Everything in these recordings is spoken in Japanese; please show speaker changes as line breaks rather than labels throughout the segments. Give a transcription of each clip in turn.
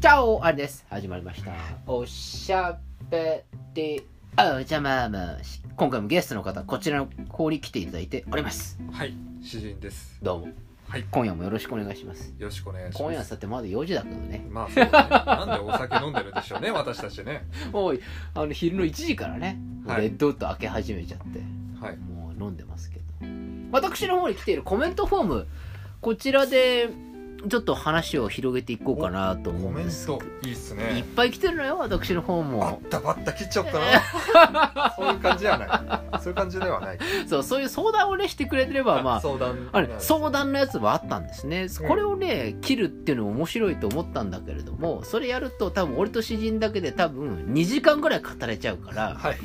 チャオあれです始まりましたおしゃべりおじゃままし今回もゲストの方こちらの方に来ていただいております
はい、詩人です。
どうも
はい、
今夜もよろしくお願いします
よろしくお願いします。
今夜さってまだ4時だけどね
まあ、そうだね。なんでお酒飲んでるんでしょうね、 私たちね。
もうあの昼の1時からね、
はい
レッドウッド開け始めちゃって
はい、
もう飲んでますけど私の方に来ているコメントフォームこちらでちょっと話を広げていこうかなと思
コ
うん
メン
です
トいいっす
いっ
ね。
ぱい来てるのよ私の方
バ
も
ッタバッタ切っちゃったな。そういう感じじゃない。そういう感じではない。
そうそういう相談をねしてくれてればまあ
相談。
あれ相談のやつもあったんですね、これをね切るっていうのも面白いと思ったんだけれどもそれやると多分俺と詩人だけで多分2時間ぐらい語れちゃうから、
はい、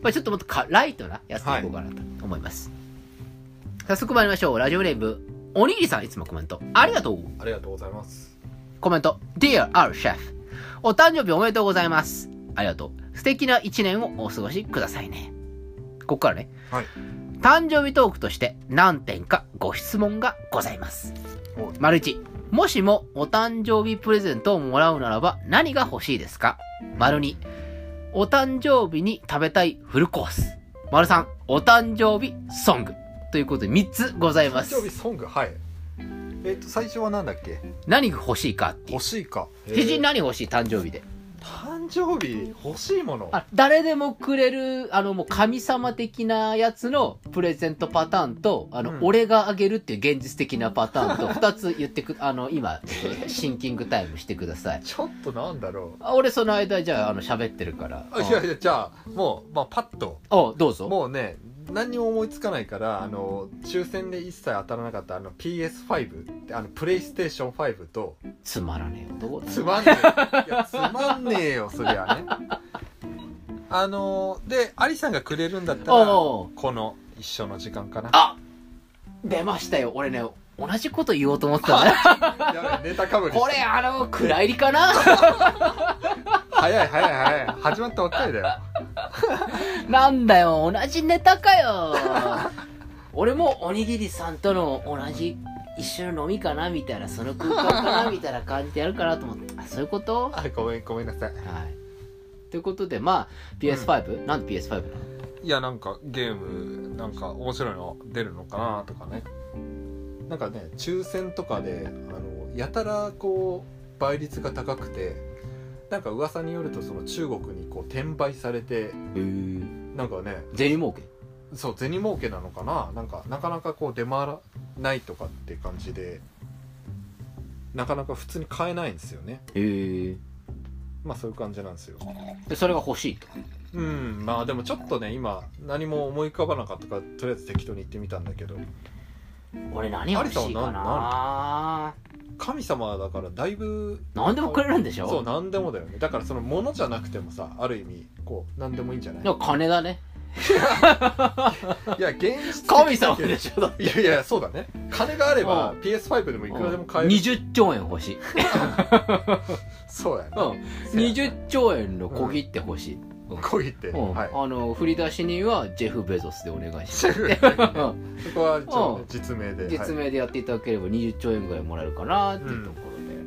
まあ、ちょっともっとかライトなやつでいこうかなと思います、早速参りましょうラジオネームおにぎりさんいつもコメントありがとう
ありがとうございます。
コメント Dear our chef お誕生日おめでとうございますありがとう素敵な一年をお過ごしくださいねここからね
はい
誕生日トークとして何点かご質問がございます
おい
丸一もしもお誕生日プレゼントをもらうならば何が欲しいですか丸二お誕生日に食べたいフルコース丸三お誕生日ソングということで3つございま
誕生日
す
ソング、はい。えっと、最初はなんだっけ。
何が欲しいかっていう
欲しいか。
知人何欲しい誕生日で
誕生日、欲しいもの。
あ誰でもくれるあのもう神様的なやつのプレゼントパターンとあの、
うん
俺があげるっていう現実的なパターンと2つ言ってくあの今ちょっとシンキングタイムしてください
ちょっとなんだろう。
あ俺その間じゃああの喋ってるから
あ、いやいや、じゃあ、もう、まあ、パッと。
おどうぞ
もうね何にも思いつかないからあの抽選で一切当たらなかったあの PS5 あのプレイステーション5と
つまらねえ男だ
つま んねえいやつまんねえよそりゃねあのでアリさんがくれるんだったら
おうおう
この一緒の時間かな
あ出ましたよ俺ね同じこと言おうと思ってたね
やべえネタかぶ り
これあの暗入りかな
早い早い早い始まったばっかりだよ
なんだよ同じネタか よ俺もおにぎりさんとの同じ一緒の飲みかなみたいなその空間か なみたいな感じでやるかなと思ってあそういうことは
あごめんごめんなさ
い
い
ということでまあ PS5、なんで PS5 なの
いやなんかゲームなんか面白いの出るのかなとかねなんかね抽選とかであのやたらこう倍率が高くてなんか噂によるとその中国にこう転売されてなんかね
銭儲け
そう銭儲けなのかななんかなかなかこう出回らないとかって感じでなかなか普通に買えないんですよね
へ
まあそういう感じなんですよ
えそれが欲しいと
うんまあでもちょっとね今何も思い浮かばなかったからとりあえず適当に言ってみたんだけど
俺何欲しいか
有田は
な
神様だからだいぶ
何でもくれるんでしょ
そう何でもだよねだからそのものじゃなくてもさある意味こう何でもいいんじゃない
でも金だね
いや現実的
神様でしょだって
いやいやそうだね金があれば
うん
PS5 でもいくらでも買える
20兆円欲しい、
そうやね
うん、20兆円の小切って欲しい、
こぎって
うん
はい
あの振り出し人はジェフ・ベゾスでお願いし
シ
ます、
ェ フ
うん
そこは一応ね
うん
実名で
実
はい
名でやっていただければ20兆円ぐらいもらえるかなっていうところで、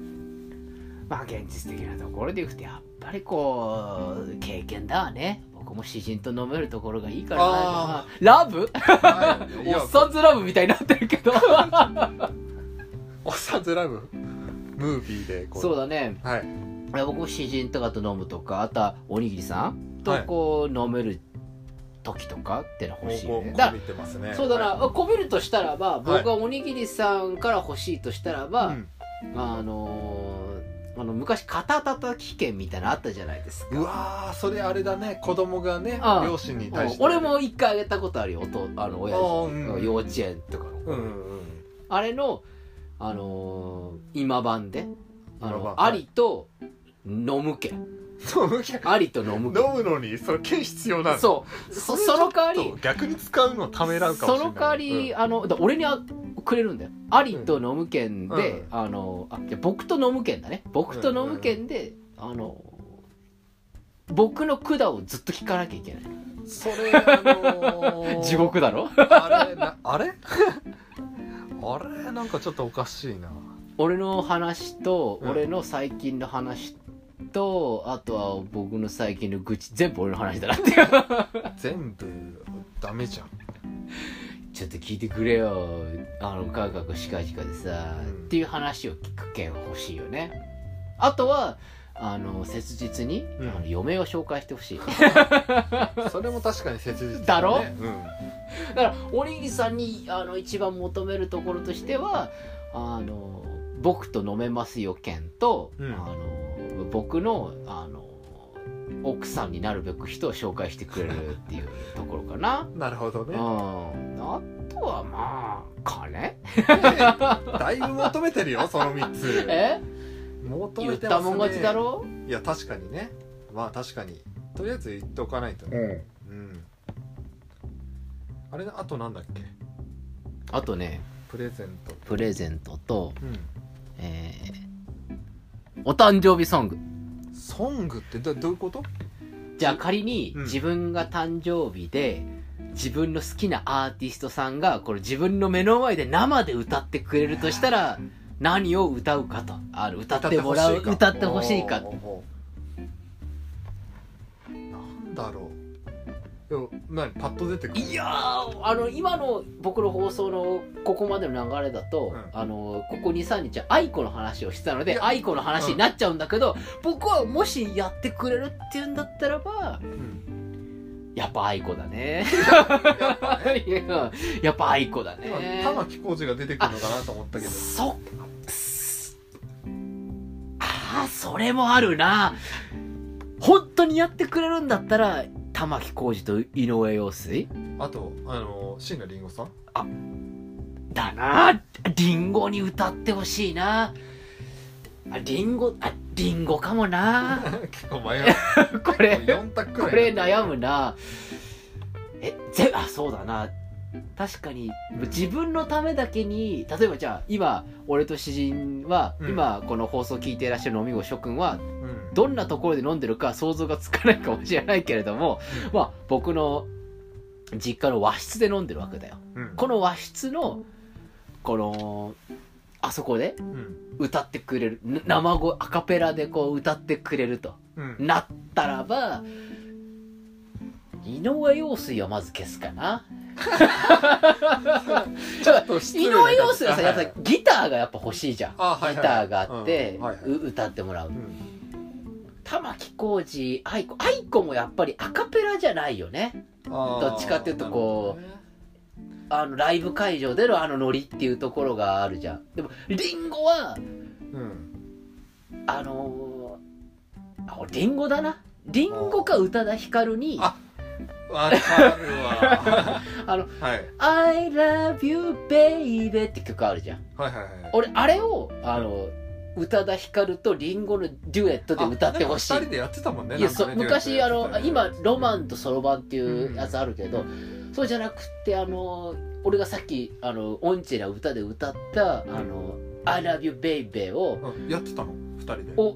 まあ現実的なところでいくとやっぱりこう経験だわね僕も詩人と飲めるところがいいからな
あ
ラブ
はいい
お
や
っさんずラブみたいになってるけ ど
おっさんずラブムービーでこ
そうだね
うはい
いや僕も詩人とかと飲むとかあとはおにぎりさんと
はい
こう飲める時とかっての欲しい
こ
ね
う
だ
こ
か
びてますね
らそうだな
は
こびるとしたらば
はい
僕はおにぎりさんから欲しいとしたら
い
ば
うん
あのーあの昔肩たたき券みたいなのあったじゃないですか
うわーそれあれだね子供がね
ああ
両親に
う
対
ん
して
俺も一回あげたことあるよおとあの親
ああ
父
うん
幼稚園とかの
うんうんうん
あれの、あのー今晩であ
今
の
晩
ありと飲む券
そう飲む
ありと飲む券
飲むのにその剣必要なの
そうそその代わり
逆に使うのためらうかもしれな
その
い
代わり、あのだ俺にあくれるんだよありと飲む券で、
うん
あのあじゃあ僕と飲む券だね僕と飲む券で、あの僕の管をずっと聞かなきゃいけない
うんそれあのー
地 獄だろ
あれなあれあれなんかちょっとおかしいな
俺の話と、
うん
俺の最近の話とあとは僕の最近の愚痴全部俺の話だなっていう
全部ダメじゃん
ちょっと聞いてくれよあの科学しかじかでさ、
うん
っていう話を聞く件は欲しいよねあとはあの切実に、
うん
あの嫁を紹介してほし い
それも確かに切実
だろ
う
だ
ん
からおにぎりさんにあの一番求めるところとしてはあの僕と飲めますよ件と、
うん
あの僕のあの奥さんになるべく人を紹介してくれるっていうところかな。
なるほど
う ん、
ね
あとはまあ金
だいぶ求めてるよその3つ
え
求
言っ
めて
た
ますね
もん勝ちだろ
いや確かにねまあ確かにとりあえず言っておかないとね
ん
うんあれあとなんだっけ
あとね
プレゼント
プレゼントと、
うん
えーお誕生日ソング
ソングってどどういうこと
じゃあ仮に
うん
自分が誕生日で、自分の好きなアーティストさんがこれ自分の目の前で生で歌ってくれるとしたら何を歌うかとあ歌ってもらう歌ってほしいか
おーおーおーなんだろういや何パッと出てくる
いやーあの今の僕の放送のここまでの流れだと、
うん
あのここ23日は愛子の話をしてたの
い
で
や
愛子の話になっちゃうんだけど、僕はもしやってくれるっていうんだったらば
うん
やっぱ愛子だね
やっぱ
やっぱ愛子だね
今玉置浩二が出てくるのかなと思った けど
そすああそれもあるな本当にやってくれるんだったら玉置浩二と井上陽水
あとあの椎名林檎 さん
だなリンゴに歌ってほしいなあリンゴあリンゴかもな
結構迷う
これ
結構4択く
こ
らい
れ悩むなえぜあそうだな確かに自分のためだけに例えばじゃあ今俺と詩人は、
うん
今この放送聞いていらっしゃる飲み子諸君は
うん
どんなところで飲んでるか想像がつかないかもしれないけれども、
うん
まあ僕の実家の和室で飲んでるわけだよ。
うん
この和室の、この、あそこで
うん
歌ってくれる、な生声、アカペラでこう歌ってくれると
うん
なったらば、井上陽水はまず消すかな。
ちょっと失
井
礼な
上陽水はさ、
は
や
い
っ
はい
ぱギターがやっぱ欲しいじゃん。ギ
あはいはい
ターがあって、
うんはいはいう
歌ってもらう
う。ん
玉置浩二愛子愛子もやっぱりアカペラじゃないよね
あー
どっちかっていうとこう
なるほどね
あのライブ会場でのあのノリっていうところがあるじゃんでもリンゴは
うん
あのー、あ俺リンゴだなリンゴか宇多田ヒカルに
あわかるわ
あの
はい
「I love you baby」って曲あるじゃん
はいはいはい
俺あれをあの宇多田ヒカルとリンゴのデュエットで歌ってほしい
あなんか二人でやってたもんね
いや
なんか
そ
ね
う昔あの今「ロマンとそろばん」ってい
うん
うやつあるけど、そうじゃなくてあの俺がさっきあのオンチェな歌で歌った「あの I love you baby」を
うんやってたの二人で
お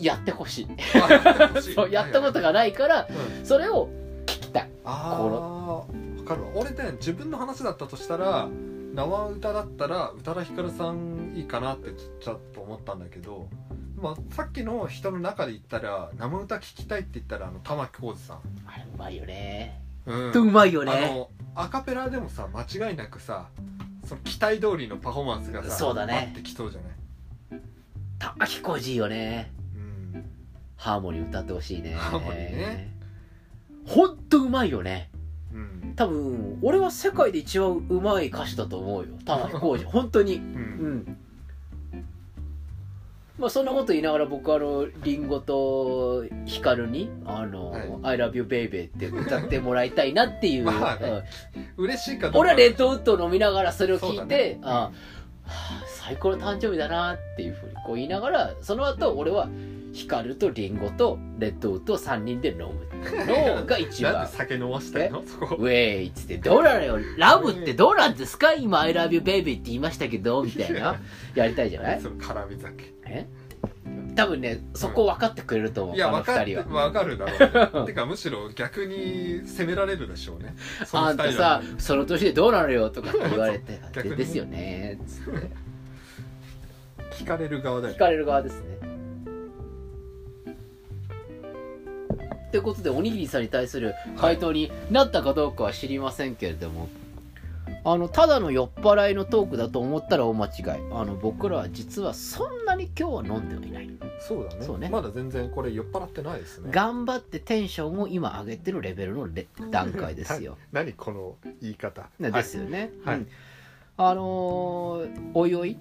やってほしい
あやってほしい
そうやったことがないから
はいはいうん
それを聞きたい
ああわかるわ俺ね自分の話だったとしたら生歌だったら宇多田ヒカルさんいいかなってちょっと思ったんだけど、まあ、さっきの人の中で言ったら生歌聞きたいって言ったらあの玉置浩二さん、
あれうまいよね
うん
うまいよ
あ
ね
のアカペラでもさ間違いなくさその期待通りのパフォーマンスがさ
そうだね
待ってきそうじゃない、
玉置浩二いいよね
うん、
ハーモニー歌ってほしいね
ハーモニーね
ほんとうまいよね
うん
多分俺は世界で一番うまい歌手だと思うよ玉置 浩二本当に
う
うんんまあそんなこと言いながら僕あのリンゴとヒカルに「あの、
はい
I love you baby」って歌ってもらいたいなっていう、
まあね
うん
嬉しいかどうか
俺はレッドウッド飲みながらそれを
そう
聞
だ
いて、
ね
あはあ最高の誕生日だなっていうふうにこう言いながらその後俺はヒカルとリンゴとレッドウッドを3人で飲むのが一
な
番
んで酒飲ませたいのそこ
ウェイっつって、どうなのよ、ラブってどうなんですか今、I love you baby って言いましたけど、みたい な。やりたいじゃない
その絡み酒
多分ね、そこ分かってくれると思、
いうや
あの
分か
二
る
人は。
分かるだ ろう、ね、てかむしろ逆に責められるでしょうねその
あ
二
ん
人
たさ、
は、
その年でどうなのよとかって言われて
逆に
ですよね。
聞聞かれる側だよ
聞かれる側ですね。ってことで、おにぎりさんに対する回答になったかどうかは知りませんけれども、あの、ただの酔っ払いのトークだと思ったら大間違い。あの、僕らは実はそんなに今日は飲んではいない。
そうだね
そうね
まだ全然これ酔っ払ってないですね
頑張ってテンションを今上げてるレベルのレ段階ですよ。
何この言い方
ねですよね。
はい
うんあのーおいおい、
はい、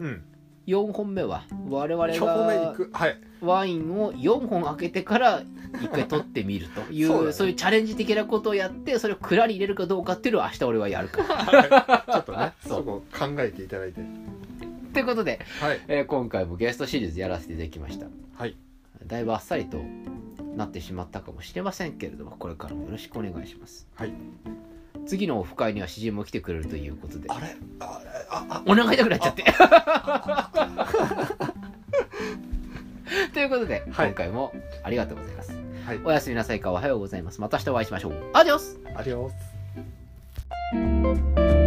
うん
4本目は、我々
今日目行
が
く はい
ワインを4本開けてから一回取ってみるという
そ
そうう
だね
いうチャレンジ的なことをやってそれを蔵に入れるかどうかっていうのを明日俺はや るから。
はいちょっとね
そう
そこ考えていただいて
ということで、
はい
えー今回もゲストシリーズやらせていただきました。
はい
だいぶあっさりとなってしまったかもしれませんけれどもこれからもよろしくお願いします。
はい
次のオフ会には詩人も来てくれるということで
あれあれああ
お腹痛 くなっちゃって。ということで、
はい
今回もありがとうございます。
はい
おやすみなさいかおはようございます。また明日お会いしましょう。アディオス
ありがとうございます